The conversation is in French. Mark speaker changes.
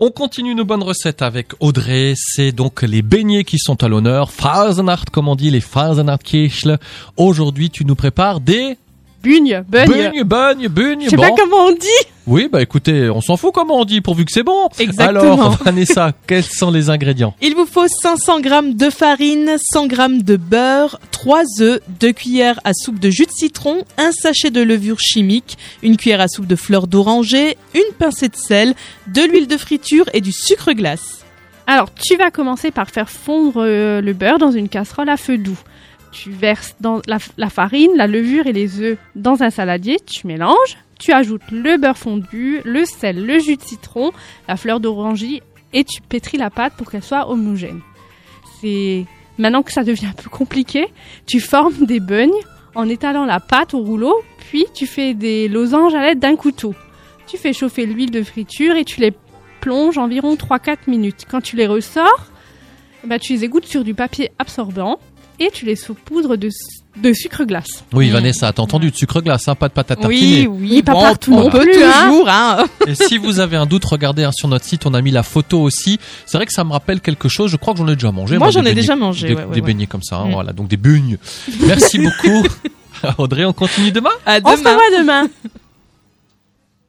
Speaker 1: On continue nos bonnes recettes avec Audrey. C'est donc les beignets qui sont à l'honneur. Fasenacht, comme on dit, les Fasenachtkirschle. Aujourd'hui, tu nous prépares des
Speaker 2: Bugne, bugne.
Speaker 1: beignes, beignes, beignes.
Speaker 2: Je sais pas
Speaker 1: Bon.
Speaker 2: comment on dit.
Speaker 1: Oui, bah écoutez, on s'en fout comment on dit, pourvu que c'est bon.
Speaker 2: Exactement.
Speaker 1: Alors, Vanessa, quels sont les ingrédients
Speaker 2: Il vous faut 500 g de farine, 100 g de beurre, 3 œufs, 2 cuillères à soupe de jus de citron, un sachet de levure chimique, une cuillère à soupe de fleur d'oranger, une pincée de sel, de l'huile de friture et du sucre glace.
Speaker 3: Alors, tu vas commencer par faire fondre euh, le beurre dans une casserole à feu doux. Tu verses dans la, la farine, la levure et les œufs dans un saladier, tu mélanges, tu ajoutes le beurre fondu, le sel, le jus de citron, la fleur d'orangerie et tu pétris la pâte pour qu'elle soit homogène. C'est maintenant que ça devient un peu compliqué, tu formes des beugnes en étalant la pâte au rouleau, puis tu fais des losanges à l'aide d'un couteau. Tu fais chauffer l'huile de friture et tu les plonge environ 3-4 minutes. Quand tu les ressors, bah, tu les égouttes sur du papier absorbant et tu les saupoudres de, de sucre glace.
Speaker 1: Oui,
Speaker 2: Mm.
Speaker 1: Vanessa, t'as entendu, de sucre glace, hein, pas de patate tartinée.
Speaker 2: oui,
Speaker 3: pas
Speaker 2: bon,
Speaker 3: partout
Speaker 2: on
Speaker 3: non
Speaker 2: peut
Speaker 3: plus, hein.
Speaker 2: toujours, hein.
Speaker 1: Et si vous avez un doute, regardez hein, sur notre site, on a mis la photo aussi. C'est vrai que ça me rappelle quelque chose. Je crois que j'en ai déjà mangé.
Speaker 2: Moi,
Speaker 1: des
Speaker 2: j'en ai
Speaker 1: beignets-
Speaker 2: déjà mangé,
Speaker 1: Des,
Speaker 2: ouais, ouais,
Speaker 1: des
Speaker 2: ouais.
Speaker 1: beignets comme ça, hein,
Speaker 2: Mm.
Speaker 1: voilà. Donc des bugnes. Merci beaucoup. Audrey, on continue demain
Speaker 2: À
Speaker 3: On se
Speaker 2: demain.
Speaker 3: revoit demain